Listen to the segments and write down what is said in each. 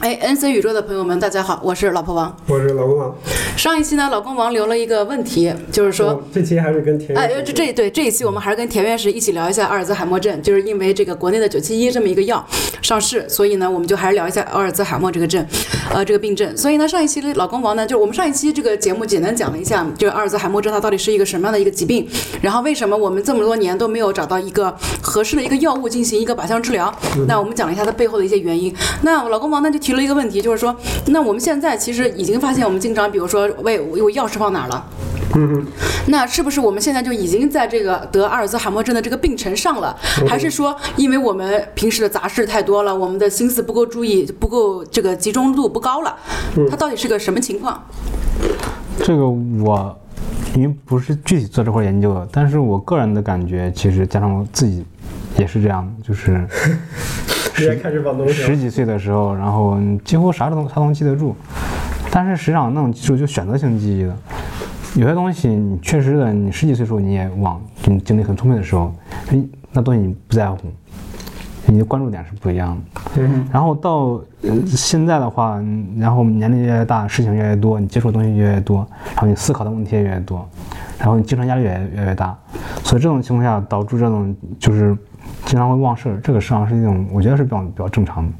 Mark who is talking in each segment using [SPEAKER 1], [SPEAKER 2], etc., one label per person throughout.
[SPEAKER 1] 哎，NC 宇宙的朋友们，大家好，我是老婆王。
[SPEAKER 2] 我是老公王。
[SPEAKER 1] 上一期呢，老公王留了一个问题，就是说，
[SPEAKER 2] 我这期还是跟田园嗯
[SPEAKER 1] 哎，
[SPEAKER 2] 同
[SPEAKER 1] 这
[SPEAKER 2] 学
[SPEAKER 1] 这对这一期我们还是跟田院士一起聊一下阿尔兹海默症，就是因为这个国内的九七一这么一个药上市，所以呢，我们就还是聊一下阿尔兹海默这个症，呃，这个病症。所以呢，上一期的老公王呢，就是我们上一期这个节目简单讲了一下，就是阿尔兹海默症它到底是一个什么样的一个疾病，然后为什么我们这么多年都没有找到一个合适的一个药物进行一个靶向治疗？
[SPEAKER 2] 嗯
[SPEAKER 1] 那我们讲了一下它背后的一些原因。那我老公王呢就提了一个问题，就是说，那我们现在其实已经发现，我们经常比如说，喂，我我钥匙放哪儿了？那是不是我们现在就已经在这个得阿尔兹海默症的这个病程上了？还是说，因为我们平时的杂事太多了，我们的心思不够注意，不够这个集中度不高了？它到底是个什么情况？
[SPEAKER 3] 这个我因为不是具体做这块研究的，但是我个人的感觉，其实加上我自己也是这样，就是
[SPEAKER 2] 直接开始往东西了
[SPEAKER 3] 十几岁的时候，然后你几乎啥都啥都能记得住，但是实际上那种记住就选择性记忆的，有些东西你确实的，你十几岁的时候你也忘，就你精力很充沛的时候，你那东西你不在乎，你的关注点是不一样的。然后到呃现在的话，嗯然后年龄越来越大，事情越来越多，你接触的东西越来越多，然后你思考的问题也越来越多，然后你精神压力也越来越大，所以这种情况下导致这种就是经常会忘事儿，这个实际上是一种我觉得是比较比较正常的。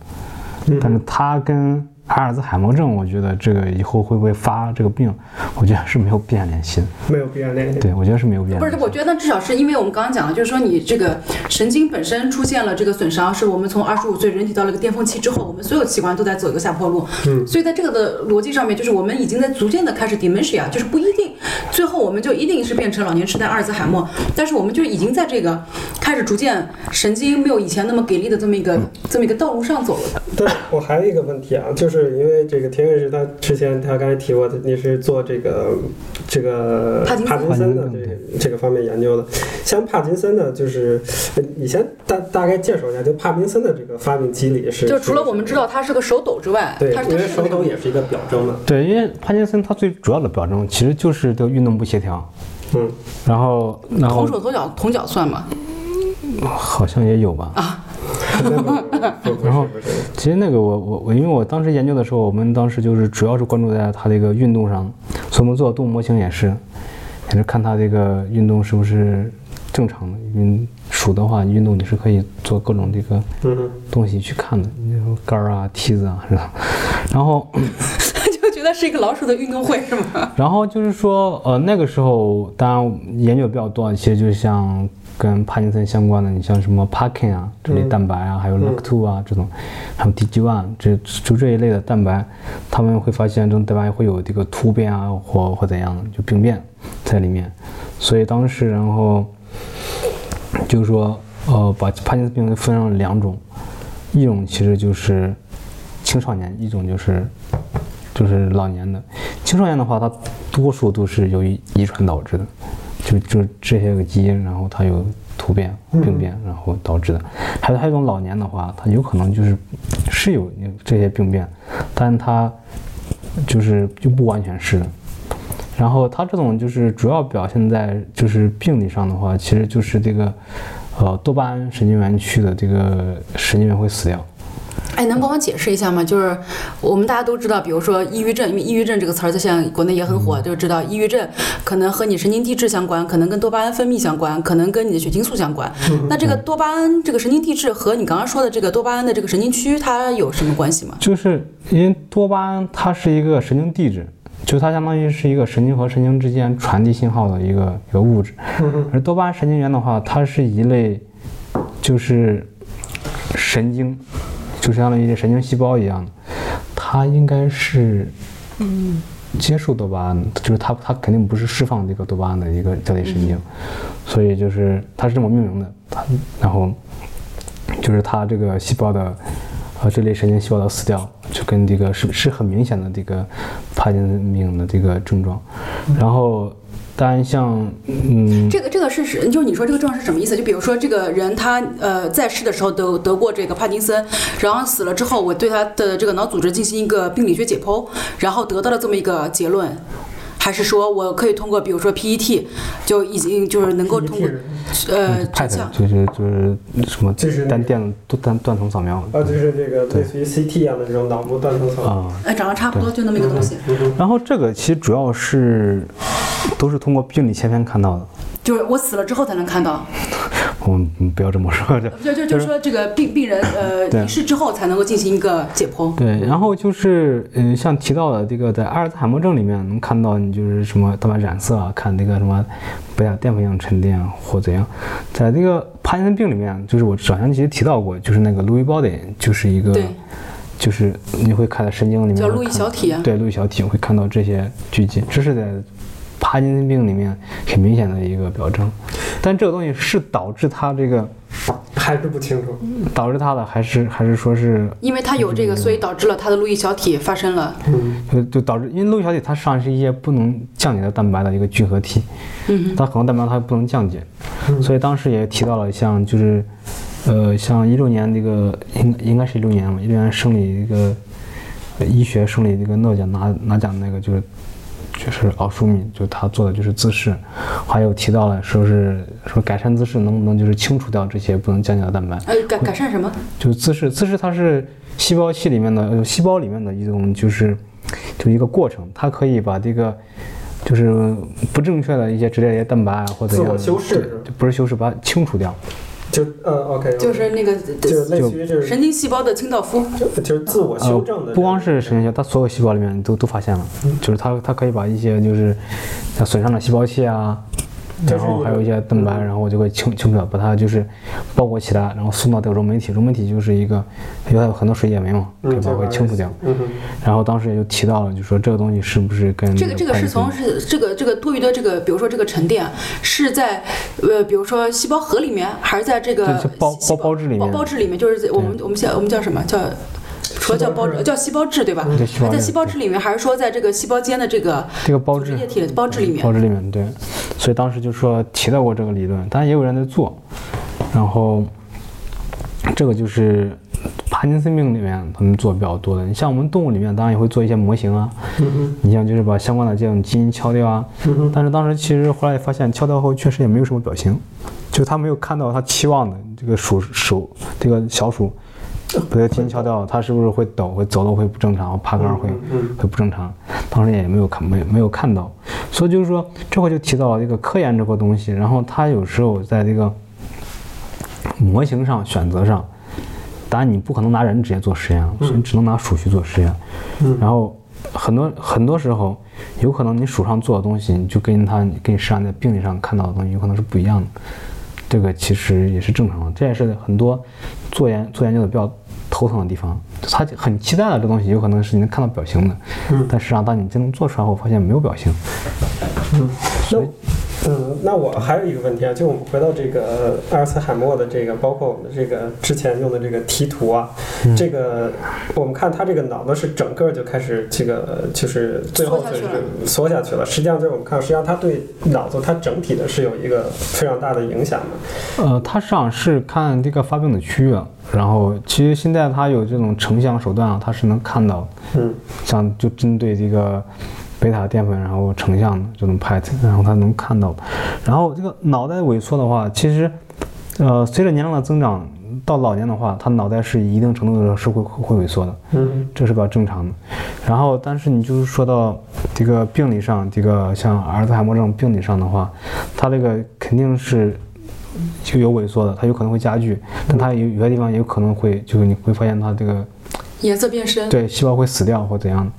[SPEAKER 3] 但是它跟阿尔兹海默症，我觉得这个以后会不会发这个病，我觉得是没有必然联系的。
[SPEAKER 2] 没有必然联系。
[SPEAKER 3] 对，我觉得是没有必然
[SPEAKER 1] 不
[SPEAKER 3] 联
[SPEAKER 1] 是
[SPEAKER 3] 系，的。
[SPEAKER 1] 我觉得至少是因为我们刚刚讲了，就是说你这个神经本身出现了这个损伤，是我们从二十五岁人体到了一个巅峰期之后，我们所有器官都在走一个下坡路。嗯，所以在这个的逻辑上面，就是我们已经在逐渐的开始 dementia，就是不一定最后我们就一定是变成老年痴呆阿尔兹海默，但是我们就是已经在这个开始逐渐神经没有以前那么给力的这么一
[SPEAKER 2] 嗯
[SPEAKER 1] 个、这么一个道路上走了。
[SPEAKER 2] 但我还有一个问题啊，就是因为这个田院士他之前他刚才提过，你是做这个这个
[SPEAKER 1] 帕金森
[SPEAKER 2] 帕金森的这个这个方面研究的。像帕金森呢，就是呃你先大大概介绍一下，就帕金森的这个发病机理是，
[SPEAKER 1] 就除了我们知道它是个手抖之外，
[SPEAKER 2] 对，
[SPEAKER 1] 它它
[SPEAKER 2] 因为
[SPEAKER 1] 是
[SPEAKER 2] 手抖也是一个表征嘛，
[SPEAKER 3] 对，因为帕金森它最主要的表征其实就是这个运动不协调，
[SPEAKER 2] 嗯，
[SPEAKER 3] 然后然
[SPEAKER 1] 同
[SPEAKER 3] 后
[SPEAKER 1] 手同脚同脚算吗？
[SPEAKER 3] 好像也有吧。
[SPEAKER 2] 不不
[SPEAKER 3] 然后
[SPEAKER 2] 是不是，
[SPEAKER 3] 其实那个我我我，因为我当时研究的时候，我们当时就是主要是关注在它这个运动上，所以我们做动物模型也是，也是看它这个运动是不是正常的。运鼠的话，运动你是可以做各种这个
[SPEAKER 2] 嗯，
[SPEAKER 3] 东西去看的，你说杆儿啊、梯子啊，是吧？然后
[SPEAKER 1] 就觉得是一个老鼠的运动会是吗？
[SPEAKER 3] 然后就是说，呃，那个时候当然研究比较多，其实就像跟帕金森相关的，你像什么 Parkin 啊，这类蛋白啊，还有 LOCK2 啊、这种，还有 DG1 啊这就这一类的蛋白，他们会发现这种蛋白会有这个突变啊，或或怎样的，就病变在里面。所以当时然后就是说，呃，把帕金森病分成两种，一种其实就是青少年，一种就是就是老年的。青少年的话，它多数都是由于遗传导致的，就就这些个基因，然后它有突变、病变，然后导致的。还有还有一种老年的话，它有可能就是是有这些病变，但它就是就不完全是的。然后它这种就是主要表现在就是病理上的话，其实就是这个呃多巴胺神经元区的这个神经元会死掉。
[SPEAKER 1] 哎，能帮我解释一下吗？就是我们大家都知道，比如说抑郁症，因为抑郁症这个词儿在现在国内也很火，就知道抑郁症可能和你神经递质相关，可能跟多巴胺分泌相关，可能跟你的血清素相关。那这个多巴胺这个神经递质和你刚刚说的这个多巴胺的这个神经区，它有什么关系吗？
[SPEAKER 3] 就是因为多巴胺它是一个神经递质，就它相当于是一个神经和神经之间传递信号的一个一个物质。而多巴胺神经元的话，它是一类就是神经，就相当于一类神经细胞一样的，它应该是接受多巴胺的，就是它它肯定不是释放这个多巴胺的一个交替神经，所以就是它是这么命名的。它然后就是它这个细胞的呃这类神经细胞的死掉，就跟这个是是很明显的这个帕金森病的这个症状。然后当然像嗯
[SPEAKER 1] 这个这个是是，就是你说这个症状是什么意思？就比如说这个人他呃在世的时候得得过这个帕金森，然后死了之后，我对他的这个脑组织进行一个病理学解剖，然后得到了这么一个结论。还是说我可以通过比如说 PET 就已经就是能够通过
[SPEAKER 2] E
[SPEAKER 1] 呃指
[SPEAKER 3] PET
[SPEAKER 1] 向
[SPEAKER 3] 就是就是什么
[SPEAKER 2] 就是那
[SPEAKER 3] 单
[SPEAKER 2] 个
[SPEAKER 3] 电断断层扫描
[SPEAKER 2] 啊，就是这个
[SPEAKER 3] 对
[SPEAKER 2] 类似于 CT 一样的这种脑部断层扫
[SPEAKER 3] 啊。
[SPEAKER 1] 呃长得差不多就那么一个东西，
[SPEAKER 2] 描。嗯
[SPEAKER 3] 然后这个其实主要是都是通过病理切片看到的，
[SPEAKER 1] 就是我死了之后才能看到，
[SPEAKER 3] 我们不要这么说，这
[SPEAKER 1] 就就就是说这个病病人呃
[SPEAKER 3] 对
[SPEAKER 1] 离世之后才能够进行一个解剖。
[SPEAKER 3] 对，然后就是，嗯、像提到的这个，在阿尔兹海默症里面能看到，你就是什么蛋白染色啊，看那个什么不亚淀粉样沉淀啊或怎样，在这个帕金森病里面，就是我早上其实提到过，就是那个路易包点，就是一个，
[SPEAKER 1] 对，
[SPEAKER 3] 就是你会看在神经里面
[SPEAKER 1] 叫
[SPEAKER 3] 会
[SPEAKER 1] 路易
[SPEAKER 3] 看
[SPEAKER 1] 小体啊
[SPEAKER 3] 对，路易小体会看到这些聚集，这是在帕金森病里面很明显的一个表征，但这个东西是导致它这个
[SPEAKER 2] 还是不清楚，
[SPEAKER 1] 嗯
[SPEAKER 3] 导致它的，还是还是说是
[SPEAKER 1] 因为他有这个，所以导致了他的路易小体发生了。
[SPEAKER 2] 嗯，
[SPEAKER 3] 就就导致，因为路易小体它实际上是一些不能降解的蛋白的一个聚合体，
[SPEAKER 1] 嗯哼，
[SPEAKER 3] 它很多蛋白它不能降解，
[SPEAKER 2] 嗯
[SPEAKER 3] 所以当时也提到了像就是，呃，像一六年那个应应该是一六年吧，一六年生理一个呃医学生理那个诺奖拿拿奖那个就是就是奥舒米，就他做的就是姿势，还有提到了说是说改善姿势能不能就是清除掉这些不能降解的蛋白，
[SPEAKER 1] 呃，改改善什么？
[SPEAKER 3] 就是姿势，姿势它是细胞系里面的呃细胞里面的一种就是就一个过程，它可以把这个就是呃不正确的一些之类的蛋白啊或者
[SPEAKER 2] 自
[SPEAKER 3] 怎样
[SPEAKER 2] 我
[SPEAKER 3] 的
[SPEAKER 2] 修
[SPEAKER 3] 对
[SPEAKER 2] 饰
[SPEAKER 3] 就不是修饰，把它清除掉。
[SPEAKER 2] 就呃 OK，
[SPEAKER 1] 就是那个
[SPEAKER 2] 就类似于就是
[SPEAKER 1] 神经细胞的清道夫。
[SPEAKER 2] 就就是自我修正的这种，
[SPEAKER 3] 呃
[SPEAKER 2] 嗯
[SPEAKER 3] 不光是神经线，它所有细胞里面都都发现了，就是它它可以把一些就是它损伤的细胞器啊。
[SPEAKER 2] 就是
[SPEAKER 3] 然后还有一些蛋白，
[SPEAKER 2] 嗯
[SPEAKER 3] 然后我就会清清除掉，把它就是包裹起来，然后送到这个溶酶体。溶酶体就是一个，因为它有很多水解酶嘛，可以
[SPEAKER 2] 嗯，
[SPEAKER 3] 把它
[SPEAKER 2] 就
[SPEAKER 3] 给
[SPEAKER 2] 是
[SPEAKER 3] 清除掉。
[SPEAKER 2] 嗯哼，
[SPEAKER 3] 然后当时也就提到了，就说这个东西是不是跟
[SPEAKER 1] 这个这个是从
[SPEAKER 3] 嗯
[SPEAKER 1] 是这个这个多余的这个，比如说这个沉淀是在呃，比如说细胞核里面，还是在这个
[SPEAKER 3] 对是包
[SPEAKER 1] 细
[SPEAKER 3] 包包质里面
[SPEAKER 1] 包包质里面，就是我们我们现在我们叫什么叫？除了叫包质，叫细胞质对吧？
[SPEAKER 3] 对嗯细胞
[SPEAKER 1] 还在
[SPEAKER 3] 质
[SPEAKER 1] 细胞质里面，还是说在这个细胞间的这个
[SPEAKER 3] 这个包
[SPEAKER 1] 组织
[SPEAKER 3] 质
[SPEAKER 1] 液体的包质里面
[SPEAKER 3] 包？质里面对，所以当时就说提到过这个理论，当然也有人在做，然后这个就是帕金森病里面他们做比较多的，你像我们动物里面当然也会做一些模型啊，
[SPEAKER 2] 嗯哼，
[SPEAKER 3] 你像就是把相关的这种基因敲掉啊，
[SPEAKER 2] 嗯哼，
[SPEAKER 3] 但是当时其实后来也发现敲掉后确实也没有什么表情，就他没有看到他期望的这个鼠鼠这个小鼠，把它基因敲掉，它是不是会抖会走路会不正常，爬杆会
[SPEAKER 2] 嗯嗯
[SPEAKER 3] 会不正常，当时也没有看没有没有看到，所以就是说这块就提到了这个科研这块东西，然后它有时候在这个模型上选择上，当然你不可能拿人直接做实验，所以你只能拿鼠去做实验，
[SPEAKER 2] 嗯
[SPEAKER 3] 然后很多很多时候，有可能你手上做的东西，你就跟他跟你实际上在病理上看到的东西，有可能是不一样的。这个其实也是正常的，这也是很多做研做研究的比较头疼的地方。就他很期待的这东西，有可能是你能看到表情的，
[SPEAKER 2] 嗯
[SPEAKER 3] 但实际上当你真正做出来后，发现没有表情。
[SPEAKER 2] 那嗯，那我还有一个问题啊，就我们回到这个阿尔茨海默的这个，包括我们的这个之前用的这个题图啊，
[SPEAKER 3] 嗯
[SPEAKER 2] 这个我们看它这个脑子是整个就开始这个就是最后
[SPEAKER 1] 缩下
[SPEAKER 2] 就
[SPEAKER 1] 去
[SPEAKER 2] 是
[SPEAKER 1] 了
[SPEAKER 2] 缩下去了。实际上就是我们看，实际上它对脑子它整体的是有一个非常大的影响的。
[SPEAKER 3] 呃，它实际上是看这个发病的区域啊，然后其实现在它有这种成像手段啊，它是能看到的。
[SPEAKER 2] 嗯
[SPEAKER 3] 像就针对这个贝塔淀粉，然后成像的这种 PET，然后它能看到。然后这个脑袋萎缩的话，其实呃随着年龄的增长，到老年的话，它脑袋是一定程度的时候是会会萎缩的，
[SPEAKER 2] 嗯
[SPEAKER 3] 这是比较正常的。然后但是你就是说到这个病理上，这个像阿尔兹海默症病理上的话，它这个肯定是。就有萎缩的，它有可能会加剧，但它有有些地方也有可能会，就是你会发现它这个
[SPEAKER 1] 颜色变深，
[SPEAKER 3] 对细胞会死掉或怎样的。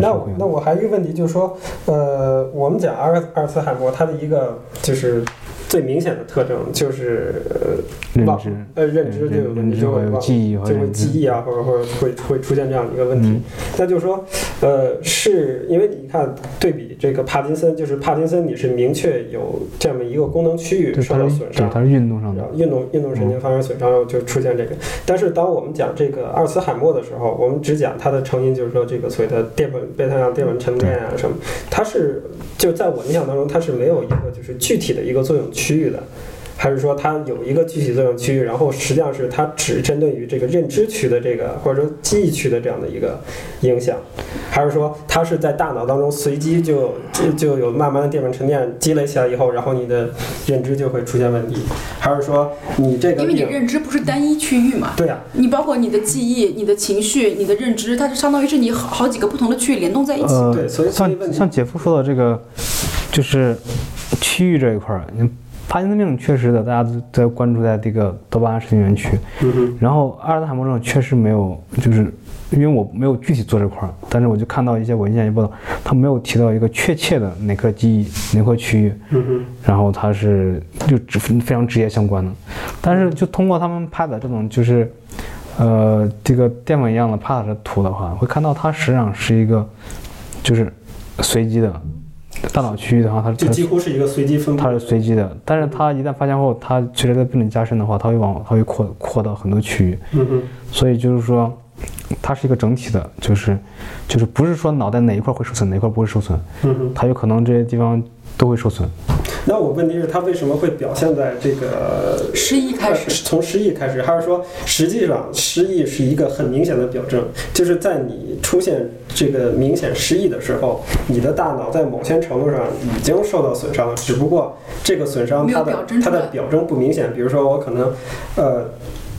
[SPEAKER 2] 嗯
[SPEAKER 3] 是
[SPEAKER 2] 那
[SPEAKER 3] 会
[SPEAKER 2] 我
[SPEAKER 3] 有
[SPEAKER 2] 那我还有一个问题就是说，呃，我们讲阿尔阿尔茨海默它的一个就是最明显的特征就是
[SPEAKER 3] 认
[SPEAKER 2] 忘
[SPEAKER 3] 知，
[SPEAKER 2] 呃认知就有
[SPEAKER 3] 认
[SPEAKER 2] 问
[SPEAKER 3] 知
[SPEAKER 2] 题，就
[SPEAKER 3] 会
[SPEAKER 2] 会
[SPEAKER 3] 有
[SPEAKER 2] 忘。
[SPEAKER 3] 记忆和
[SPEAKER 2] 就会
[SPEAKER 3] 认
[SPEAKER 2] 记
[SPEAKER 3] 知。
[SPEAKER 2] 忆啊，或者或者会会出现这样一个问题。
[SPEAKER 3] 嗯
[SPEAKER 2] 那就是说，呃，是因为你看对比这个帕金森，就是帕金森你是明确有这么一个功能区域
[SPEAKER 3] 对，
[SPEAKER 2] 受
[SPEAKER 3] 它
[SPEAKER 2] 到
[SPEAKER 3] 是
[SPEAKER 2] 损
[SPEAKER 3] 对
[SPEAKER 2] 伤，
[SPEAKER 3] 它是运动上
[SPEAKER 2] 然
[SPEAKER 3] 的
[SPEAKER 2] 后，运动运动神经发生损伤，然后就出现这个。但是当我们讲这个阿尔茨海默的时候，我们只讲它的成因，就是说这个所谓的淀粉贝塔样淀粉沉淀啊什么，它是就在我印象当中，它是没有一个就是具体的一个作用区域的。还是说它有一个具体作用区域，然后实际上是它只针对于这个认知区的这个或者说记忆区的这样的一个影响，还是说它是在大脑当中随机就就就有慢慢的淀粉沉淀积累起来以后，然后你的认知就会出现问题，还是说你这个
[SPEAKER 4] 因为你
[SPEAKER 2] 病
[SPEAKER 4] 认知不是单一区域嘛，
[SPEAKER 2] 对呀、
[SPEAKER 4] 你包括你的记忆、你的情绪、你的认知，它是相当于是你好好几个不同的区域联动在一起。
[SPEAKER 3] 呃，
[SPEAKER 2] 对所以所以问
[SPEAKER 3] 像
[SPEAKER 2] 题
[SPEAKER 3] 像姐夫说的这个，就是区域这一块儿，嗯帕金森病确实的，大家都在关注在这个多巴胺神经元区。
[SPEAKER 2] 嗯哼，
[SPEAKER 3] 然后阿尔兹海默症确实没有，就是因为我没有具体做这块儿，但是我就看到一些文献也报道，他没有提到一个确切的哪块记忆、哪块区域，
[SPEAKER 2] 嗯哼，
[SPEAKER 3] 然后它是就直非常直接相关的。但是就通过他们拍的这种就是，呃，这个淀粉一样的 PAT 的图的话，会看到它实际上是一个就是随机的，大脑区域的话，它
[SPEAKER 2] 就
[SPEAKER 3] 它
[SPEAKER 2] 几乎是一个随机分布
[SPEAKER 3] 它。是随机的，但是它一旦发现后，它随着它病理加深的话，它会往它会扩扩到很多区域。
[SPEAKER 2] 嗯哼，
[SPEAKER 3] 所以就是说，它是一个整体的，就是就是不是说脑袋哪一块会受损，哪一块不会受损，
[SPEAKER 2] 嗯哼。
[SPEAKER 3] 它有可能这些地方都会受损。
[SPEAKER 2] 那我问题是，它为什么会表现在这个
[SPEAKER 4] 失忆开始
[SPEAKER 2] 呃从失忆开始，还是说实际上失忆是一个很明显的表征？就是在你出现这个明显失忆的时候，你的大脑在某些程度上已经受到损伤了，只不过这个损伤
[SPEAKER 4] 没有
[SPEAKER 2] 它的
[SPEAKER 4] 表征出
[SPEAKER 2] 它
[SPEAKER 4] 来
[SPEAKER 2] 的表征不明显。比如说，我可能呃。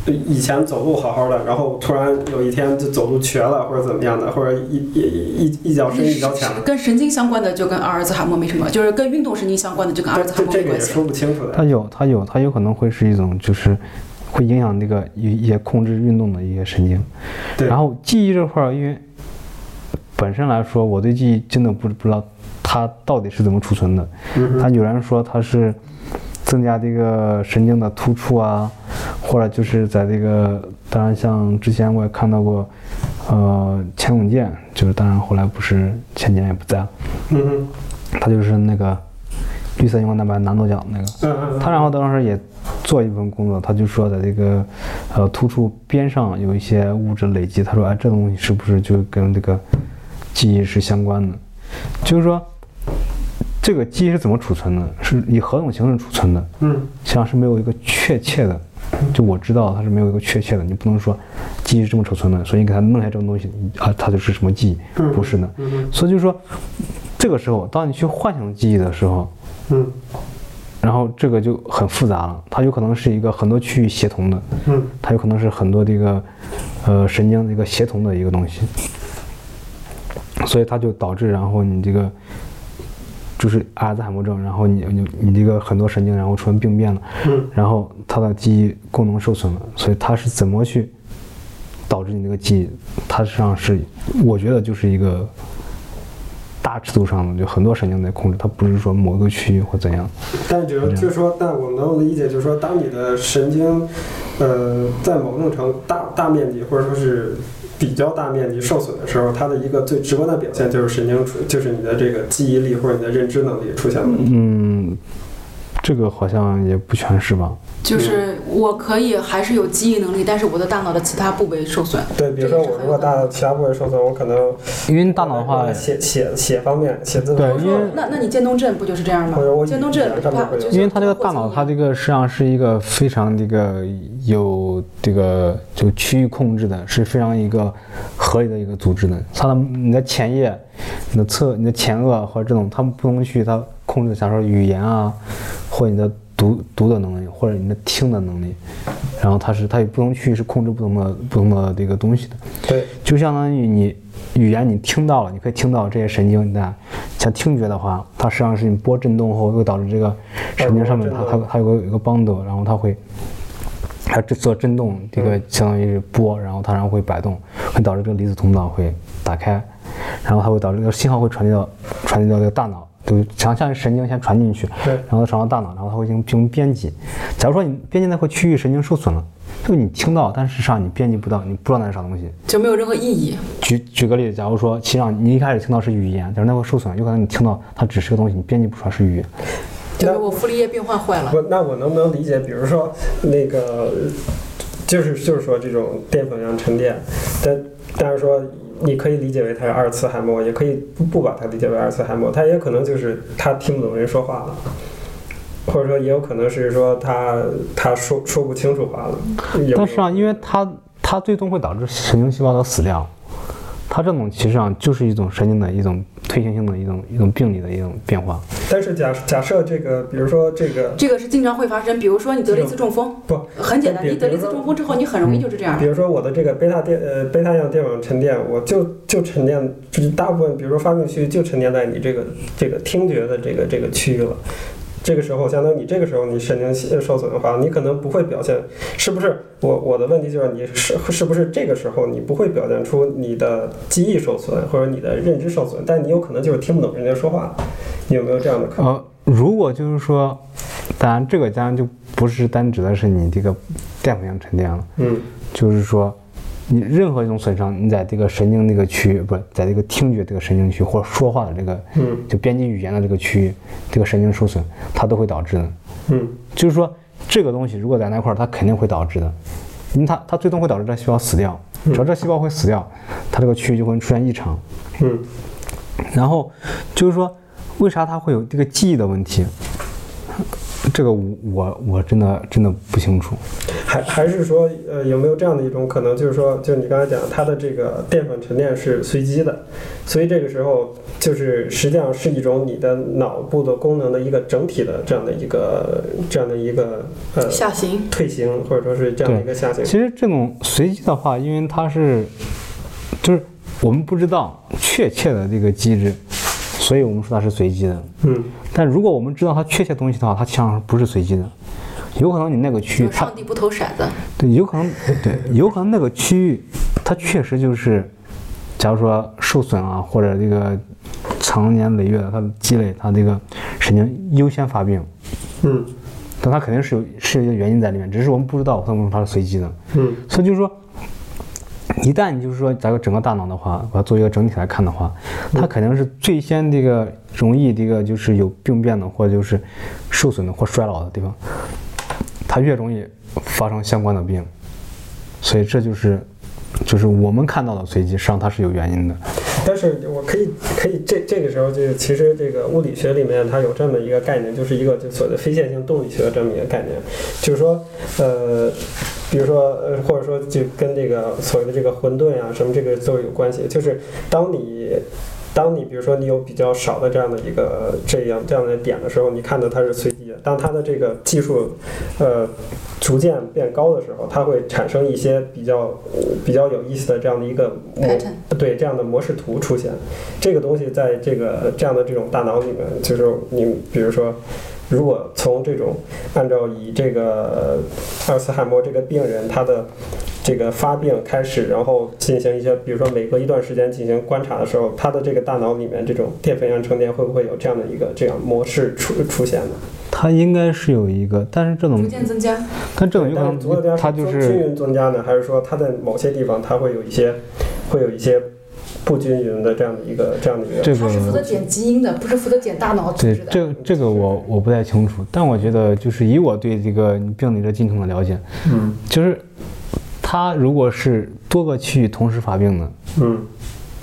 [SPEAKER 2] 以前走路好好的，然后突然有一天就走路瘸了，或者怎么样的，或者一一一一一脚深一脚浅的，
[SPEAKER 4] 跟神经相关的就跟阿尔兹海默没什么，就是跟运动神经相关的就跟阿
[SPEAKER 2] 这
[SPEAKER 4] 尔兹海
[SPEAKER 2] 这
[SPEAKER 4] 默
[SPEAKER 2] 这
[SPEAKER 4] 没
[SPEAKER 2] 个也
[SPEAKER 4] 关系。
[SPEAKER 2] 说不清楚的。
[SPEAKER 3] 它有它有它有可能会是一种就是会影响那个一一些控制运动的一些神经。
[SPEAKER 2] 对
[SPEAKER 3] 然后记忆这块儿，因为本身来说，我对记忆真的不不知道它到底是怎么储存的。
[SPEAKER 2] 嗯哼
[SPEAKER 3] 它有人说它是增加这个神经的突触啊，或者就是在这个，当然像之前我也看到过，呃，钱永健，就是当然后来不是前几年也不在了，
[SPEAKER 2] 嗯哼，
[SPEAKER 3] 他就是那个绿色荧光蛋白拿诺奖那个，
[SPEAKER 2] 嗯嗯嗯
[SPEAKER 3] 他然后当时也做一份工作，他就说在这个呃突触边上有一些物质累积，他说哎这东西是不是就跟这个记忆是相关的？就是说这个记忆是怎么储存的？是以何种形式储存的？
[SPEAKER 2] 嗯
[SPEAKER 3] 实际上是没有一个确切的，就我知道它是没有一个确切的，你不能说记忆是这么储存的，所以你给它弄下这种东西啊，它就是什么记忆，
[SPEAKER 2] 嗯
[SPEAKER 3] 不是的。
[SPEAKER 2] 嗯哼
[SPEAKER 3] 所以就是说，这个时候当你去幻想记忆的时候，
[SPEAKER 2] 嗯
[SPEAKER 3] 然后这个就很复杂了，它有可能是一个很多区域协同的，
[SPEAKER 2] 嗯
[SPEAKER 3] 它有可能是很多这个呃神经的一个协同的一个东西，所以它就导致然后你这个就是阿尔兹海默症，然后你你你这个很多神经然后出现病变了，
[SPEAKER 2] 嗯
[SPEAKER 3] 然后它的记忆功能受损了，所以它是怎么去导致你这个记忆？它实际上是我觉得就是一个大尺度上的，就很多神经在控制，它不是说某个区域或怎样。
[SPEAKER 2] 但是就是就是说，那我们能理解，就是说，当你的神经，呃，在某种程度大大面积或者说是比较大面积受损的时候，它的一个最直观的表现就是神经出，就是你的这个记忆力或者你的认知能力出现问题。
[SPEAKER 3] 嗯，这个好像也不全是吧？
[SPEAKER 4] 就是我可以还是有记忆能力，但是我的大脑的其他部位受损。
[SPEAKER 2] 对，比如说我如果大其他部位受损，我可能
[SPEAKER 3] 因为大脑的话，
[SPEAKER 2] 写写写方面写字
[SPEAKER 3] 对
[SPEAKER 2] 方
[SPEAKER 4] 我
[SPEAKER 2] 面
[SPEAKER 3] 因为
[SPEAKER 4] 说，那那你渐冻症不就是这样吗
[SPEAKER 2] 或者我？
[SPEAKER 4] 渐冻症
[SPEAKER 2] 语言上面
[SPEAKER 4] 它
[SPEAKER 2] 会有
[SPEAKER 4] 就是
[SPEAKER 3] 因为它这个大脑，它这个实际上是一个非常这个有这个就区域控制的，是非常一个合理的一个组织的。它的你的前叶、你的侧、你的前额或者这种，它们不同区域它控制，假如说语言啊，或者你的读读的能力，或者你的听的能力，然后它是它有不同区域是控制不同的不同的这个东西的。
[SPEAKER 2] 对，
[SPEAKER 3] 就相当于你语言你听到了，你可以听到这些神经，但像听觉的话，它实际上是你波震动后会导致这个神经上面它它它有个有个帮斗，然后它会。它制做震动，这个相当于是波，然后它然后会摆动，会导致这个离子通道会打开，然后它会导致这个信号会传递到传递到这个大脑，就是像像神经先传进去，
[SPEAKER 2] 对
[SPEAKER 3] 然后传到大脑，然后它会进行进行编辑。假如说你编辑那块区域神经受损了，就你听到，但事实上你编辑不到，你不知道那是啥东西，
[SPEAKER 4] 就没有任何意义。
[SPEAKER 3] 举举个例子，假如说，其实上你一开始听到是语言，但是那会受损，有可能你听到它只是个东西，你编辑不出来是语言。
[SPEAKER 4] 就是我傅立叶病患坏了，
[SPEAKER 2] 我那我能不能理解？比如说那个，就是就是说这种淀粉量沉淀，但但是说你可以理解为它是阿尔茨海默，也可以不不把它理解为阿尔茨海默，它也可能就是他听不懂人说话了。或者说也有可能是说他他说说不清楚吧。也
[SPEAKER 3] 但是啊，因为它它最终会导致神经细胞的死掉，它这种其实上就是一种神经的一种退行性的一种一种病理的一种变化。
[SPEAKER 2] 但是假假设这个，比如说这个，
[SPEAKER 4] 这个是经常会发生，比如说你得了一次中风，
[SPEAKER 2] 不
[SPEAKER 4] 很简单，
[SPEAKER 2] 比
[SPEAKER 4] 你得了一次中风之后，你很容易
[SPEAKER 2] 嗯
[SPEAKER 4] 就是这样
[SPEAKER 2] 比。如说我的这个贝塔电呃贝塔样电网沉淀，我就就沉淀，就是大部分比如说发病区就沉淀在你这个这个听觉的这个这个区域了。这个时候，相当于你这个时候你神经系呃受损的话，你可能不会表现，是不是？我我的问题就是你是是不是这个时候你不会表现出你的记忆受损或者你的认知受损，但你有可能就是听不懂人家说话，你有没有这样的可能？
[SPEAKER 3] 呃，如果就是说，当然这个当然就不是单指的是你这个淀粉样沉淀了，
[SPEAKER 2] 嗯，
[SPEAKER 3] 就是说，你任何一种损伤，你在这个神经这个区域，不是在这个听觉这个神经区，或者说话的这个，
[SPEAKER 2] 嗯，
[SPEAKER 3] 就编辑语言的这个区域，这个神经受损，它都会导致的。
[SPEAKER 2] 嗯
[SPEAKER 3] 就是说，这个东西如果在那块儿，它肯定会导致的，因为它它最终会导致这细胞死掉。只要这细胞会死掉，它这个区域就会出现异常。
[SPEAKER 2] 嗯
[SPEAKER 3] 然后就是说，为啥它会有这个记忆的问题？这个我我我真的真的不清楚。
[SPEAKER 2] 还还是说，呃，有没有这样的一种可能，就是说，就你刚才讲，它的这个淀粉沉淀是随机的，所以这个时候就是实际上是一种你的脑部的功能的一个整体的这样的一个这样的一个呃
[SPEAKER 4] 下行，
[SPEAKER 2] 退行，或者说是这样的一个下行。
[SPEAKER 3] 其实这种随机的话，因为它是，就是我们不知道确切的这个机制，所以我们说它是随机的。
[SPEAKER 2] 嗯
[SPEAKER 3] 但如果我们知道它确切东西的话，它其实上不是随机的，有可能你那个区域它
[SPEAKER 4] 上帝不投骰子，
[SPEAKER 2] 哦
[SPEAKER 3] 对，有可能，对，有可能那个区域，它确实就是，假如说受损啊，或者这个长年累月的它的积累，它这个神经优先发病，
[SPEAKER 2] 嗯
[SPEAKER 3] 但它肯定是有是有一个原因在里面，只是我们不知道，所以我们说它是随机的。
[SPEAKER 2] 嗯
[SPEAKER 3] 所以就是说，一旦你就是说咱个整个大脑的话，把它做一个整体来看的话，它肯定是最先这个容易这个就是有病变的，或者就是受损的或衰老的地方，它越容易发生相关的病，所以这就是。就是我们看到的随机，实际上它是有原因的。
[SPEAKER 2] 但是我可以可以这这个时候就是其实这个物理学里面它有这么一个概念，就是一个就所谓的非线性动力学这么一个概念，就是说呃，比如说呃或者说就跟这个所谓的这个混沌啊什么这个都有关系，就是当你。当你比如说你有比较少的这样的一个这样这样的点的时候，你看到它是随机的。当它的这个技术，呃，逐渐变高的时候，它会产生一些比较呃比较有意思的这样的一个模
[SPEAKER 4] Pattern
[SPEAKER 2] 对这样的模式图出现。这个东西在这个这样的这种大脑里面，就是你比如说。如果从这种按照以这个呃阿尔茨海默这个病人他的这个发病开始，然后进行一些，比如说每隔一段时间进行观察的时候，他的这个大脑里面这种淀粉样沉淀会不会有这样的一个这样模式出出现呢？
[SPEAKER 3] 它应该是有一个，但是这种
[SPEAKER 4] 逐，渐增
[SPEAKER 2] 嗯
[SPEAKER 4] 加。
[SPEAKER 3] 但这种有可
[SPEAKER 2] 但是左边
[SPEAKER 3] 能它就
[SPEAKER 2] 均
[SPEAKER 3] 是
[SPEAKER 2] 匀增加呢，还是说它在某些地方它会有一些会有一些不均匀的这样的一个这样的一个？
[SPEAKER 3] 这
[SPEAKER 4] 它
[SPEAKER 3] 个
[SPEAKER 4] 是负责减基因的，不是负责减大脑组
[SPEAKER 3] 对
[SPEAKER 4] 织，的。
[SPEAKER 3] 这个这个我我不太清楚，但我觉得就是以我对这个病理的进程的了解，
[SPEAKER 2] 嗯
[SPEAKER 3] 就是它如果是多个区域同时发病的，
[SPEAKER 2] 嗯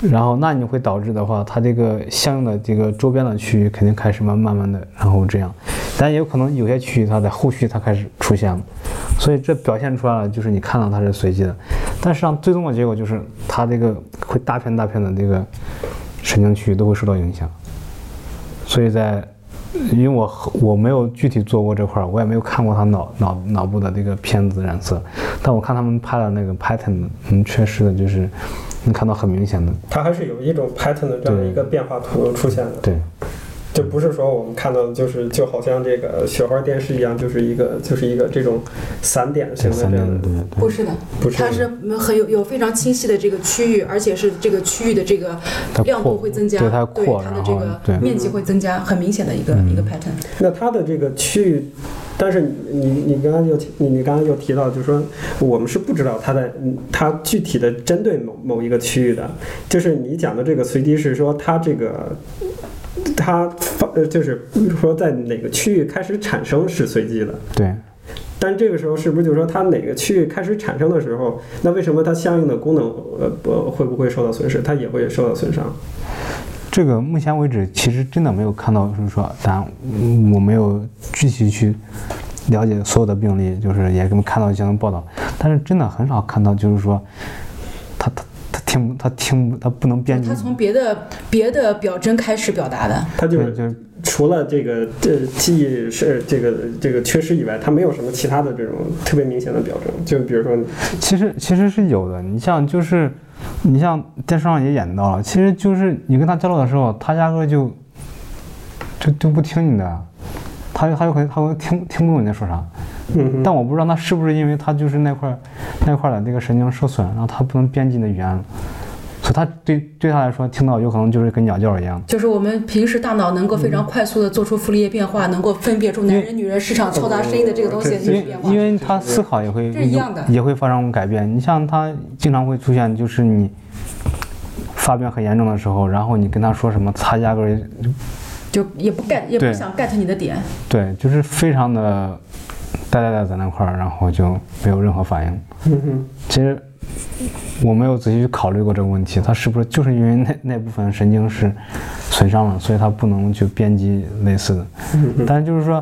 [SPEAKER 3] 然后那你会导致的话，它这个相应的这个周边的区域肯定开始慢慢慢的，然后这样，但也有可能有些区域它在后续它开始出现了，所以这表现出来了就是你看到它是随机的，但实际上最终的结果就是它这个会大片大片的这个神经区域都会受到影响，所以在。因为我和我没有具体做过这块儿，我也没有看过他脑脑脑部的这个片子染色，但我看他们拍的那个 pattern，嗯，缺失的就是能看到很明显的，
[SPEAKER 2] 它还是有一种 pattern 的这样的一个变化图出现的。
[SPEAKER 3] 对，
[SPEAKER 2] 这不是说我们看到的，就是就好像这个雪花电视一样，就是一个就是一个这种散点型
[SPEAKER 3] 这
[SPEAKER 2] 的
[SPEAKER 3] 三
[SPEAKER 2] 这
[SPEAKER 3] 点
[SPEAKER 2] 样的
[SPEAKER 3] 对，
[SPEAKER 4] 不是的，
[SPEAKER 2] 不是
[SPEAKER 4] 它是很有有非常清晰的这个区域，而且是这个区域的这个
[SPEAKER 3] 它
[SPEAKER 4] 亮
[SPEAKER 3] 扩
[SPEAKER 4] 度会增加，
[SPEAKER 3] 对
[SPEAKER 4] 对
[SPEAKER 3] 它扩
[SPEAKER 4] 它
[SPEAKER 3] 然
[SPEAKER 4] 的
[SPEAKER 3] 后
[SPEAKER 4] 这
[SPEAKER 3] 对嗯
[SPEAKER 4] 个面积会增加，很明显的一个一个 pattern。
[SPEAKER 2] 那它的这个区域，但是你你你刚刚又提你你刚刚又提到，就是说我们是不知道它在嗯它具体的针对某某一个区域的，就是你讲的这个随机是说它这个。它发呃，就是说在哪个区域开始产生是随机的，
[SPEAKER 3] 对，
[SPEAKER 2] 但这个时候是不是就是说它哪个区域开始产生的时候，那为什么它相应的功能呃不会不会受到损失？它也会受到损伤。
[SPEAKER 3] 这个目前为止，其实真的没有看到，就是说，当然嗯我没有具体去了解所有的病例，就是也跟看到一些报道，但是真的很少看到，就是说，他他他听不他听不他不能编辑
[SPEAKER 4] 他，从别的别的表征开始表达的，
[SPEAKER 2] 他就
[SPEAKER 3] 对，
[SPEAKER 2] 是
[SPEAKER 3] 就是
[SPEAKER 2] 除了这个这记忆是这个这个缺失以外，他没有什么其他的这种特别明显的表征。就比如说，
[SPEAKER 3] 其实其实是有的。你像就是，你像电视上也演到了，其实就是你跟他交流的时候，他压根儿就就就不听你的，他他有可能他会听听不懂你在说啥。
[SPEAKER 2] 嗯哼，
[SPEAKER 3] 但我不知道他是不是因为他就是那块儿那块儿的那个神经受损，然后他不能编辑你的语言了，所以他对对他来说听到有可能就是跟鸟叫一样。
[SPEAKER 4] 就是我们平时大脑能够非
[SPEAKER 3] 嗯
[SPEAKER 4] 常快速的做出傅立叶变化，能够分别出男人、女人、市场、嘈杂声音的这个东西
[SPEAKER 3] 因
[SPEAKER 4] 能
[SPEAKER 3] 为
[SPEAKER 4] 变化
[SPEAKER 3] 因。为他思考也会
[SPEAKER 4] 这是一样的
[SPEAKER 3] 也会发生改变。你像他经常会出现，就是你发病很严重的时候，然后你跟他说什么，他压根儿
[SPEAKER 4] 就也不 get 也
[SPEAKER 3] 对
[SPEAKER 4] 不想 get 你的点，
[SPEAKER 3] 对，就是非常的呆呆呆在那块儿，然后就没有任何反应。
[SPEAKER 2] 嗯哼，
[SPEAKER 3] 其实我没有仔细去考虑过这个问题，它是不是就是因为那那部分神经是损伤了，所以它不能去编辑类似的。
[SPEAKER 2] 嗯
[SPEAKER 3] 但是就是说，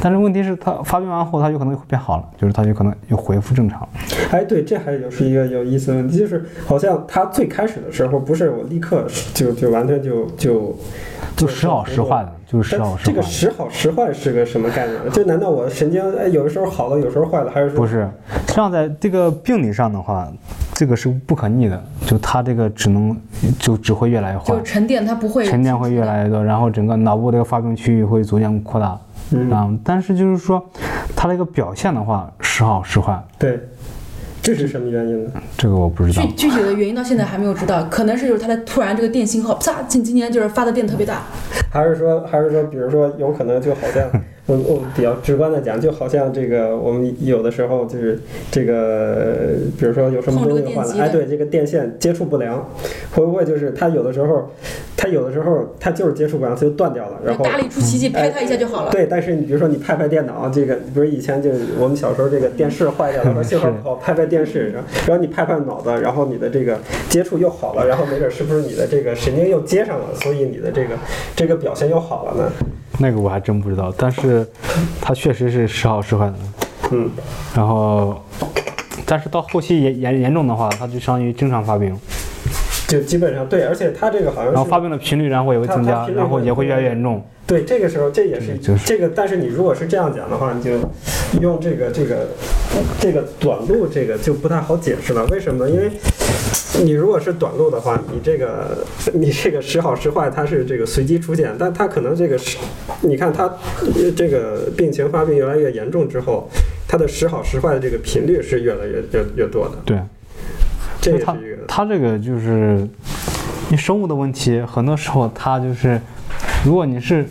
[SPEAKER 3] 但是问题是它发病完后，它有可能会变好了，就是它有可能又恢复正常。
[SPEAKER 2] 哎，对，这还有是一个有意思的问题，就是好像他最开始的时候，不是我立刻就就完全就就
[SPEAKER 3] 就时好时坏的，就是时
[SPEAKER 2] 但
[SPEAKER 3] 好时
[SPEAKER 2] 这
[SPEAKER 3] 坏
[SPEAKER 2] 个
[SPEAKER 3] 的。
[SPEAKER 2] 时好时坏是个什么概念？这难道我神经哎有的时候好了，有时候坏了，还是说
[SPEAKER 3] 不是，这样在这个病理上的话，这个是不可逆的，就它这个只能就只会越来越坏
[SPEAKER 4] 就是，沉淀它不会
[SPEAKER 3] 沉淀会越来越多，然后整个脑部这个发病区域会逐渐扩大。
[SPEAKER 2] 嗯
[SPEAKER 3] 啊、但是就是说，它这个表现的话，时好时坏，
[SPEAKER 2] 对，这是什么原因呢？
[SPEAKER 3] 这个我不知道
[SPEAKER 1] 嗯
[SPEAKER 4] 具。具体的原因到现在还没有知道，可能是就是它的突然这个电信号，啪，近今年就是发的电特别大，
[SPEAKER 2] 还是说，还是说，比如说，有可能就好像，我我比较直观的讲，就好像这个我们有的时候就是这个，比如说有什么东西
[SPEAKER 4] 碰这个电
[SPEAKER 2] 换了，
[SPEAKER 4] 极
[SPEAKER 2] 哎，对，这个电线接触不良，会不会就是它有的时候，它有的时候它就是接触不良，它就断掉了，然
[SPEAKER 4] 就
[SPEAKER 2] 后
[SPEAKER 4] 搭了一出奇迹，拍
[SPEAKER 2] 哎
[SPEAKER 4] 它一下就好了。
[SPEAKER 2] 对，但是你比如说你拍拍电脑，这个不是以前就是我们小时候这个电视坏掉了，
[SPEAKER 3] 嗯
[SPEAKER 2] 说信号不好，拍拍电视，然后然后你拍拍脑子，然后你的这个接触又好了，然后没准是不是你的这个神经又接上了，所以你的这个这个表现又好了呢？
[SPEAKER 3] 那个我还真不知道，但是它确实是时好时坏的。
[SPEAKER 2] 嗯，
[SPEAKER 3] 然后，但是到后期严严严重的话，它就相当于经常发病，
[SPEAKER 2] 就基本上对，而且它这个好像
[SPEAKER 3] 然后发
[SPEAKER 2] 是
[SPEAKER 3] 病的频率，然后也会
[SPEAKER 2] 它
[SPEAKER 3] 增
[SPEAKER 2] 它
[SPEAKER 3] 加，
[SPEAKER 2] 频率
[SPEAKER 3] 然后也
[SPEAKER 2] 会
[SPEAKER 3] 会越来越严重。
[SPEAKER 2] 对这个时候这也是
[SPEAKER 3] 对就是
[SPEAKER 2] 这个，但是你如果是这样讲的话，你就用这个这个这个短路这个就不太好解释了，为什么呢？因为你如果是短路的话，你这个你这个时好时坏，它是这个随机出现，但它可能这个时，你看它呃这个病情发病越来越严重之后，它的时好时坏的这个频率是越来越越越多的，
[SPEAKER 3] 对，
[SPEAKER 2] 这也
[SPEAKER 3] 就是它
[SPEAKER 2] 一个
[SPEAKER 3] 它这个就是你生物的问题，很多时候它就是，如果你是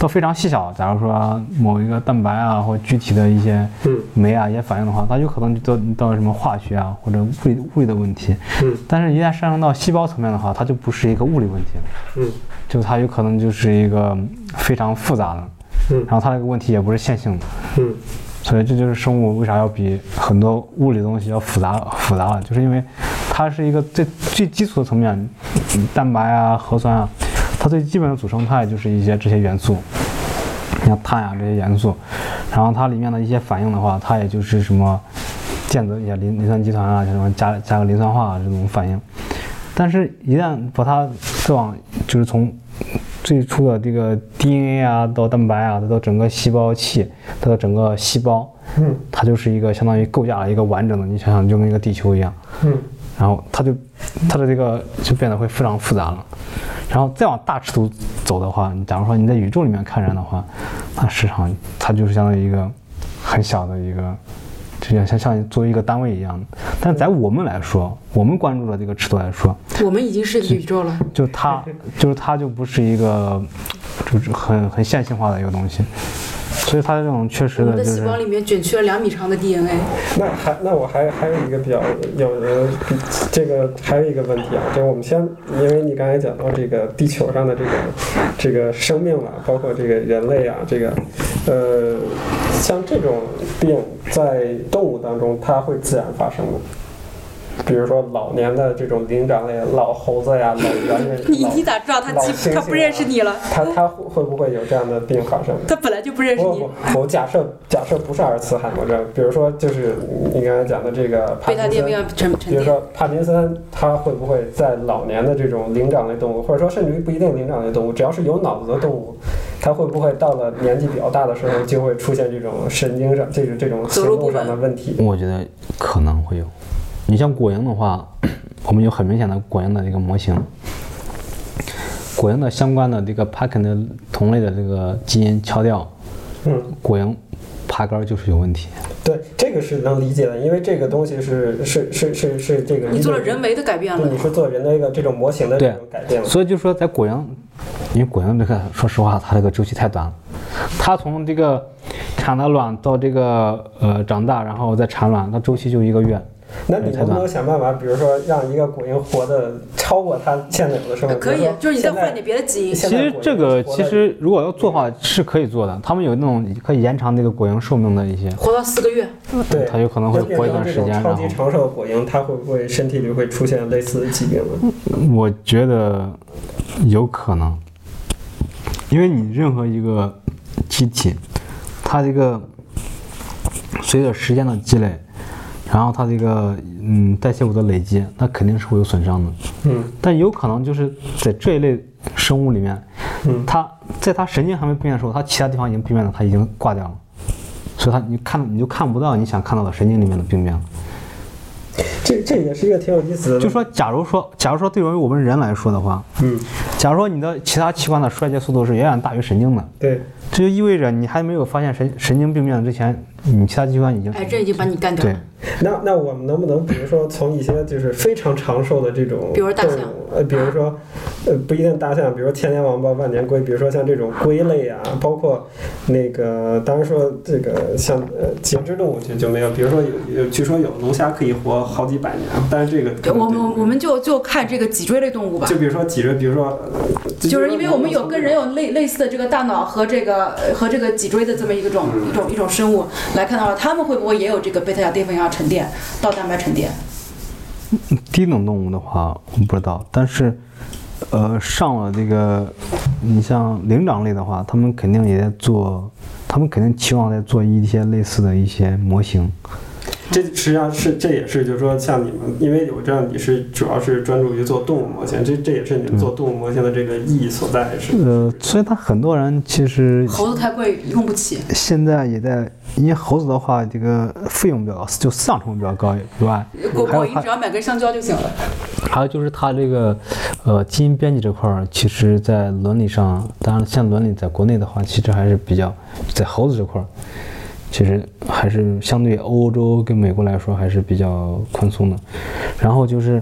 [SPEAKER 3] 到非常细小，假如说某一个蛋白啊，或具体的一些
[SPEAKER 2] 嗯
[SPEAKER 3] 酶啊一些反应的话，它有可能就到到什么化学啊或者物理物理的问题。
[SPEAKER 2] 嗯
[SPEAKER 3] 但是，一旦上升到细胞层面的话，它就不是一个物理问题了，
[SPEAKER 2] 嗯
[SPEAKER 3] 就它有可能就是一个非常复杂的，
[SPEAKER 2] 嗯
[SPEAKER 3] 然后它这个问题也不是线性的。
[SPEAKER 2] 嗯
[SPEAKER 3] 所以这就是生物为啥要比很多物理东西要复杂复杂了，就是因为它是一个最最基础的层面，嗯蛋白啊、核酸啊，它最基本的组成态就是一些这些元素，像碳呀、这些元素，然后它里面的一些反应的话，它也就是什么电子一些磷磷酸集团啊，像什么加加个磷酸化、啊、这种反应，但是一旦把它再往就是从最初的这个 DNA 啊，到蛋白啊，再到整个细胞器，再到整个细胞，
[SPEAKER 2] 嗯
[SPEAKER 3] 它就是一个相当于构架了一个完整的，你想想就跟一个地球一样，
[SPEAKER 2] 嗯
[SPEAKER 3] 然后它就它的这个就变得会非常复杂了。然后再往大尺度走的话，你假如说你在宇宙里面看人的话，那市场它就是相当于一个很小的一个，就像像像作为一个单位一样的。但是在我们来说，我们关注的这个尺度来说，
[SPEAKER 1] 我们已经是宇宙了。
[SPEAKER 3] 就它就是它就不是一个就是很很线性化的一个东西，所以它这种确实
[SPEAKER 1] 我们
[SPEAKER 3] 的
[SPEAKER 1] 的
[SPEAKER 3] 就
[SPEAKER 1] 细胞
[SPEAKER 3] 是
[SPEAKER 1] 里面卷缺了两米长的 DNA，
[SPEAKER 2] 那还那我还还有一个比较有的比这个还有一个问题啊，就是我们先，因为你刚才讲到这个地球上的这个这个生命啊，包括这个人类啊，这个呃，像这种病在动物当中它会自然发生吗？比如说老年的这种灵长类老猴子呀、老猿 人，
[SPEAKER 4] 你
[SPEAKER 2] 老
[SPEAKER 4] 你咋知道他
[SPEAKER 2] 老啊
[SPEAKER 4] 记
[SPEAKER 2] 猩猩
[SPEAKER 4] 他不认识你了？
[SPEAKER 2] 他他会会不会有这样的病发生？
[SPEAKER 4] 他本来就不认识
[SPEAKER 2] 不
[SPEAKER 4] 你
[SPEAKER 2] 不，，我假设假设不是阿尔茨海默症，比如说就是你刚才讲的这个帕
[SPEAKER 1] 贝塔
[SPEAKER 2] 金
[SPEAKER 4] 啊
[SPEAKER 1] 淀
[SPEAKER 2] 森
[SPEAKER 1] 粉要沉沉
[SPEAKER 2] 比
[SPEAKER 1] 淀。
[SPEAKER 2] 如说帕金森，它会不会在老年的这种灵长类动物，或者说甚至于不一定灵长类动物，只要是有脑子的动物，它会不会到了年纪比较大的时候，就会出现这种神经上、这种这种
[SPEAKER 1] 走
[SPEAKER 2] 行
[SPEAKER 1] 路
[SPEAKER 2] 路
[SPEAKER 1] 不
[SPEAKER 2] 上的
[SPEAKER 1] 稳
[SPEAKER 2] 问题？
[SPEAKER 3] 我觉得可能会有。你像果蝇的话， 我们有很明显的果蝇的一个模型，果蝇的相关的这个 p a c k e n 的同类的这个基因敲掉，
[SPEAKER 2] 嗯，
[SPEAKER 3] 果蝇爬杆儿就是有问题。
[SPEAKER 2] 对，这个是能理解的，因为这个东西是是是是是这个
[SPEAKER 1] 你做了
[SPEAKER 2] 理解
[SPEAKER 1] 人为的改变
[SPEAKER 2] 对，
[SPEAKER 1] 了
[SPEAKER 2] 你，是做人的一个这种模型的这
[SPEAKER 3] 对
[SPEAKER 2] 种改变了。
[SPEAKER 3] 所以就说在果蝇，因为果蝇这个说实话，它这个周期太短了，它从这个产了卵到这个呃长大，然后再产卵，它周期就一个月。
[SPEAKER 2] 那你
[SPEAKER 3] 太
[SPEAKER 2] 能不
[SPEAKER 3] 短
[SPEAKER 2] 能想办法，比如说让一个果蝇活得超过它现在有的生
[SPEAKER 4] 呃
[SPEAKER 2] 命？
[SPEAKER 1] 呃可
[SPEAKER 2] 比
[SPEAKER 1] 以
[SPEAKER 2] 如说，
[SPEAKER 1] 就是你再
[SPEAKER 2] 现在
[SPEAKER 1] 换点别的基因。
[SPEAKER 2] 现
[SPEAKER 3] 其
[SPEAKER 2] 在
[SPEAKER 3] 实
[SPEAKER 2] 果蝇
[SPEAKER 3] 这个
[SPEAKER 2] 活
[SPEAKER 3] 其
[SPEAKER 2] 得
[SPEAKER 3] 实如果要做的话是可以做的，他们有那种可以延长这个果蝇寿命的一些，
[SPEAKER 1] 活到四个月，
[SPEAKER 2] 对，
[SPEAKER 3] 它有可能会
[SPEAKER 2] 就变
[SPEAKER 3] 活一
[SPEAKER 2] 成
[SPEAKER 3] 段
[SPEAKER 2] 这
[SPEAKER 3] 时
[SPEAKER 2] 种
[SPEAKER 3] 间
[SPEAKER 2] 超
[SPEAKER 3] 然
[SPEAKER 2] 级
[SPEAKER 3] 后
[SPEAKER 2] 长寿的果蝇，它会不会身体里会出现类似的疾病呢？
[SPEAKER 3] 我觉得有可能，因为你任何一个机体，它这个随着时间的积累，然后它这个嗯代谢物的累积，它肯定是会有损伤的。
[SPEAKER 2] 嗯
[SPEAKER 3] 但有可能就是在这一类生物里面，
[SPEAKER 2] 嗯
[SPEAKER 3] 它在它神经还没病变的时候，它其他地方已经病变了，它已经挂掉了，所以它你看你就看不到你想看到的神经里面的病变了。
[SPEAKER 2] 这这也是一个挺有意思的，
[SPEAKER 3] 就说假如说假如说对于我们人来说的话，
[SPEAKER 2] 嗯，
[SPEAKER 3] 假如说你的其他器官的衰竭速度是远远大于神经的，
[SPEAKER 2] 对，
[SPEAKER 3] 这就意味着你还没有发现神神经病变之前，你其他器官已经
[SPEAKER 1] 癌症已经把你干掉
[SPEAKER 3] 对
[SPEAKER 1] 了。
[SPEAKER 2] 那那我们能不能比如说从一些就是非常长寿的这种动物，
[SPEAKER 1] 比如大象
[SPEAKER 2] 呃，比如说呃不一定大象，比如说千年王八、万年龟，比如说像这种龟类啊，包括那个当然说这个像呃节肢动物就就没有，比如说有有据说有龙虾可以活好几百年，但是这个可
[SPEAKER 4] 对
[SPEAKER 2] 能
[SPEAKER 4] 我
[SPEAKER 2] 对
[SPEAKER 4] 们我们就就看这个脊椎类动物吧
[SPEAKER 2] 就。比如说脊椎，比如说呃
[SPEAKER 4] 就是因为我们有
[SPEAKER 2] 从
[SPEAKER 4] 跟人有类类似的这个大脑和这个呃和这个脊椎的这么一个种一种一种生物来看的话，他们会不会也有这个贝塔亚淀粉样沉淀到蛋白沉淀？
[SPEAKER 3] 低等动物的话，我不知道，但是，呃，上了这个，你像灵长类的话，他们肯定也在做，他们肯定期望在做一些类似的一些模型。
[SPEAKER 2] 这实际上是，这也是就是说，像你们，因为有这样，你是主要是专注于做动物模型，这这也是你们做动物模型的这个意义所在，是
[SPEAKER 3] 呃，所以他很多人其实
[SPEAKER 4] 猴子太贵，用不起。
[SPEAKER 3] 现在也在，因为猴子的话，这个费用比较，就饲养成本比较高以外，
[SPEAKER 1] 果
[SPEAKER 3] 还有
[SPEAKER 1] 果蝇
[SPEAKER 3] 它
[SPEAKER 1] 只要买根香蕉就行了。
[SPEAKER 3] 还有就是它这个，呃，基因编辑这块儿，其实，在伦理上，当然像伦理在国内的话，其实还是比较，在猴子这块儿，其实还是相对欧洲跟美国来说还是比较宽松的。然后就是，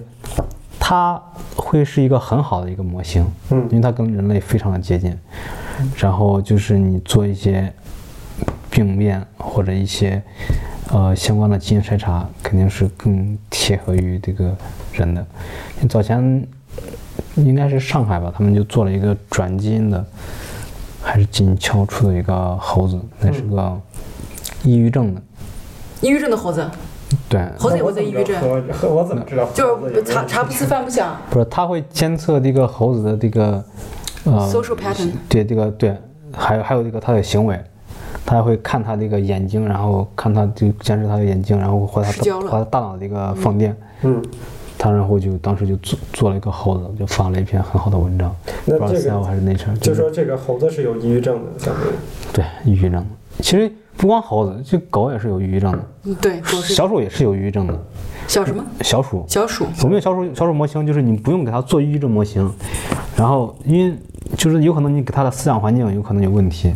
[SPEAKER 3] 它会是一个很好的一个模型，
[SPEAKER 2] 嗯
[SPEAKER 3] 因为它跟人类非常的接近。然后就是你做一些病变或者一些呃相关的基因筛查，肯定是更贴合于这个人的。早前应该是上海吧，他们就做了一个转基因的，还是基因敲出的一个猴子，那是个抑郁症的，
[SPEAKER 1] 抑郁症的猴子，
[SPEAKER 3] 对，
[SPEAKER 1] 猴子有没有抑郁症？
[SPEAKER 2] 我怎么知道我怎么
[SPEAKER 1] 就
[SPEAKER 2] 知道？
[SPEAKER 1] 是茶茶不思饭不想
[SPEAKER 3] 不是，它会监测这个猴子的这个呃
[SPEAKER 1] ，social pattern。
[SPEAKER 3] 对这个对，还有还有这个他的行为，他还会看他这个眼睛，然后看他就监视他的眼睛，然后或他
[SPEAKER 1] 失焦
[SPEAKER 3] 大
[SPEAKER 1] 了
[SPEAKER 3] 或他大脑的一个放电，
[SPEAKER 2] 嗯，
[SPEAKER 3] 他然后就当时就做做了一个猴子，就发了一篇很好的文章，
[SPEAKER 2] 那
[SPEAKER 3] 不知道
[SPEAKER 2] 这
[SPEAKER 3] 是 c
[SPEAKER 2] 个嗯
[SPEAKER 3] 还是 Nature，
[SPEAKER 2] 就是说这个猴子是有抑郁症的，相当于
[SPEAKER 3] 对抑郁症。其实不光猴子，这狗也是有抑郁症的，
[SPEAKER 1] 嗯，对，狗是
[SPEAKER 3] 小鼠也是有抑郁症的，
[SPEAKER 1] 小什么
[SPEAKER 3] 小鼠。
[SPEAKER 1] 小鼠，
[SPEAKER 3] 我们的小鼠小鼠模型就是你不用给它做抑郁症模型，然后因为就是有可能你给它的饲养环境有可能有问题，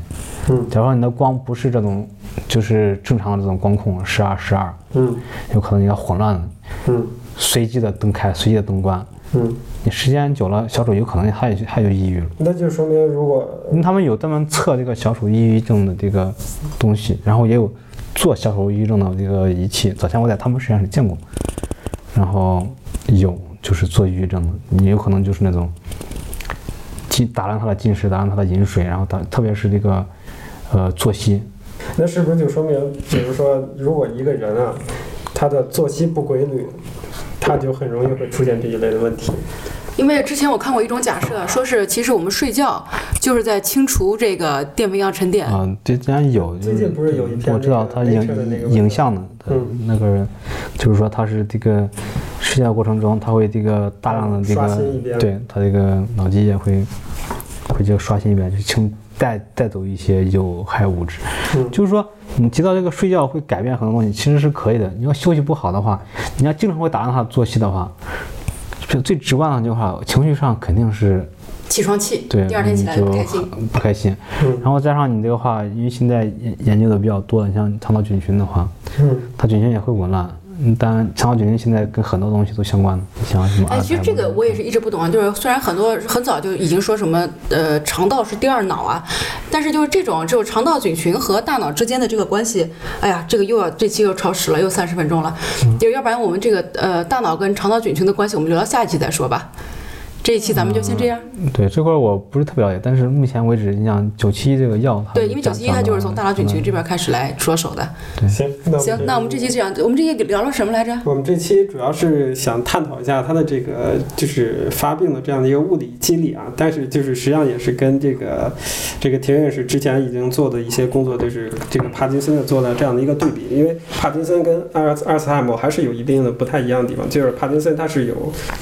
[SPEAKER 2] 嗯
[SPEAKER 3] 假如说你的光不是这种，就是正常的这种光控十二十二，
[SPEAKER 2] 嗯
[SPEAKER 3] 有可能你要混乱的，
[SPEAKER 2] 嗯
[SPEAKER 3] 随机的灯开，随机的灯关，
[SPEAKER 2] 嗯，
[SPEAKER 3] 你时间久了，小鼠有可能它也它就抑郁了。
[SPEAKER 2] 那就说明如果
[SPEAKER 3] 因为他们有专门测这个小鼠抑郁症的这个东西，然后也有做小鼠抑郁症的这个仪器。早前我在他们实验室见过，然后有就是做抑郁症的，你有可能就是那种进打乱他的进食，打乱他的饮水，然后打特别是这个呃作息，
[SPEAKER 2] 那是不是就说明，比如说如果一个人啊，他的作息不规律，它就很容易会出现这一类的问题。
[SPEAKER 1] 因为之前我看过一种假设，说是其实我们睡觉就是在清除这个淀粉样沉淀。
[SPEAKER 3] 啊，对，之前有，
[SPEAKER 2] 最近不是有一篇
[SPEAKER 3] 我知道他
[SPEAKER 2] 那个
[SPEAKER 3] 影
[SPEAKER 2] Nature 的那个
[SPEAKER 3] 影像的，
[SPEAKER 2] 嗯
[SPEAKER 3] 那个人就是说他是这个睡觉过程中，他会这个大量的这
[SPEAKER 2] 刷新一遍
[SPEAKER 3] 个，对他这个脑机也会会就刷新一遍，就清带带走一些有害物质。
[SPEAKER 2] 嗯
[SPEAKER 3] 就是说，你提到这个睡觉会改变很多东西，其实是可以的。你要休息不好的话，你要经常会打断他的作息的话，就最直观的就话，情绪上肯定是
[SPEAKER 1] 起床气，
[SPEAKER 3] 对，
[SPEAKER 1] 第二天起来
[SPEAKER 3] 你
[SPEAKER 1] 不
[SPEAKER 3] 就
[SPEAKER 1] 开心。
[SPEAKER 3] 很不开心。
[SPEAKER 2] 嗯
[SPEAKER 3] 然后加上你这个话，因为现在研研究的比较多，你像肠道菌群的话，
[SPEAKER 2] 嗯，
[SPEAKER 3] 它菌群也会紊乱。嗯当然，肠道菌群现在跟很多东西都相关的，你像什么阿
[SPEAKER 1] 哎，
[SPEAKER 3] 尔
[SPEAKER 1] 其实这
[SPEAKER 3] 海
[SPEAKER 1] 个
[SPEAKER 3] 默
[SPEAKER 1] 我也是一直不懂啊，就是虽然很多很早就已经说什么呃肠道是第二脑啊，但是就是这种就是肠道菌群和大脑之间的这个关系，哎呀，这个又要这期又超时了，又三十分钟了，
[SPEAKER 3] 嗯
[SPEAKER 1] 就要不然我们这个呃大脑跟肠道菌群的关系，我们留到下一期再说吧。这一期咱们就先这样。
[SPEAKER 3] 对这块儿我不是特别了解，但是目前为止，你像九七一这个药，它
[SPEAKER 1] 对，因为九
[SPEAKER 3] 讲
[SPEAKER 1] 七一它就是从大脑菌群这边开始来着手
[SPEAKER 3] 嗯
[SPEAKER 1] 的。
[SPEAKER 2] 嗯行，那
[SPEAKER 1] 行，那我们这期这样，我们这期聊了什么来着？
[SPEAKER 2] 我们这期主要是想探讨一下它的这个就是发病的这样的一个物理机理啊，但是就是实际上也是跟这个这个田院士之前已经做的一些工作，就是这个帕金森的做的这样的一个对比，因为帕金森跟阿尔阿尔茨海默还是有一定的不太一样的地方，就是帕金森它是有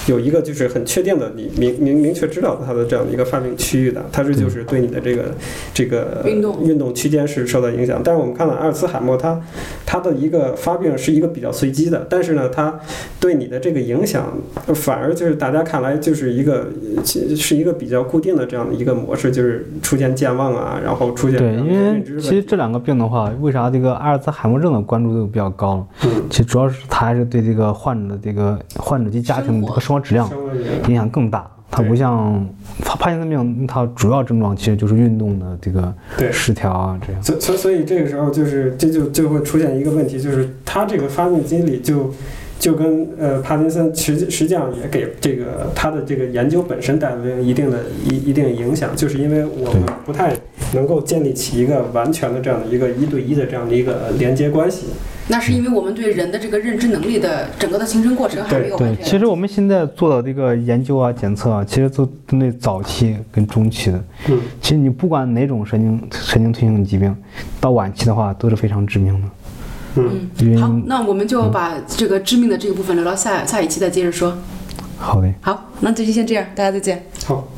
[SPEAKER 2] 有一个就是很确定的，你明明明确知道它的这样的一个发病区域的，它
[SPEAKER 3] 嗯
[SPEAKER 2] 是就是对你的这个这个
[SPEAKER 1] 运动
[SPEAKER 2] 运动区间是受到影响，但是我们看到阿尔茨海默它它的一个发病是一个比较随机的，但是呢，它对你的这个影响，反而就是大家看来就是一个呃是一个比较固定的这样的一个模式，就是出现健忘啊，然后出现这
[SPEAKER 3] 对，
[SPEAKER 2] 样的
[SPEAKER 3] 因为
[SPEAKER 2] 认知问
[SPEAKER 3] 其实
[SPEAKER 2] 题。
[SPEAKER 3] 这两个病的话，为啥这个阿尔茨海默症的关注度比较高呢？
[SPEAKER 2] 嗯，
[SPEAKER 3] 其实主要是它还是对这个患者的这个患者及家庭的这个生活质量
[SPEAKER 2] 稍微有
[SPEAKER 3] 影响更大。它不
[SPEAKER 2] 对
[SPEAKER 3] 像帕帕金森病，它主要症状其实就是运动的这个
[SPEAKER 2] 对
[SPEAKER 3] 失调啊，这样。
[SPEAKER 2] 所所所以这个时候就是这就就会出现一个问题，就是他这个发病机理就就跟呃帕金森实际实际上也给这个他的这个研究本身带来了一定的一一定影响，就是因为我们不太能够建立起一个完全的这样的一个一对一的这样的一个连接关系。
[SPEAKER 1] 那是因为我们对人的这个认知能力的整个的形成过程还没有完
[SPEAKER 3] 对，
[SPEAKER 1] 全。
[SPEAKER 3] 其实我们现在做的这个研究啊、检测啊，其实都针对早期跟中期的。
[SPEAKER 2] 嗯，
[SPEAKER 3] 其实你不管哪种神经神经退行性疾病，到晚期的话都是非常致命的。
[SPEAKER 2] 嗯
[SPEAKER 3] 因
[SPEAKER 1] 好，
[SPEAKER 3] 为
[SPEAKER 1] 那我们就把这个致命的这个部分留到下下一期再接着说。
[SPEAKER 3] 好嘞。
[SPEAKER 1] 好，那这期先这样，大家再见。
[SPEAKER 2] 好，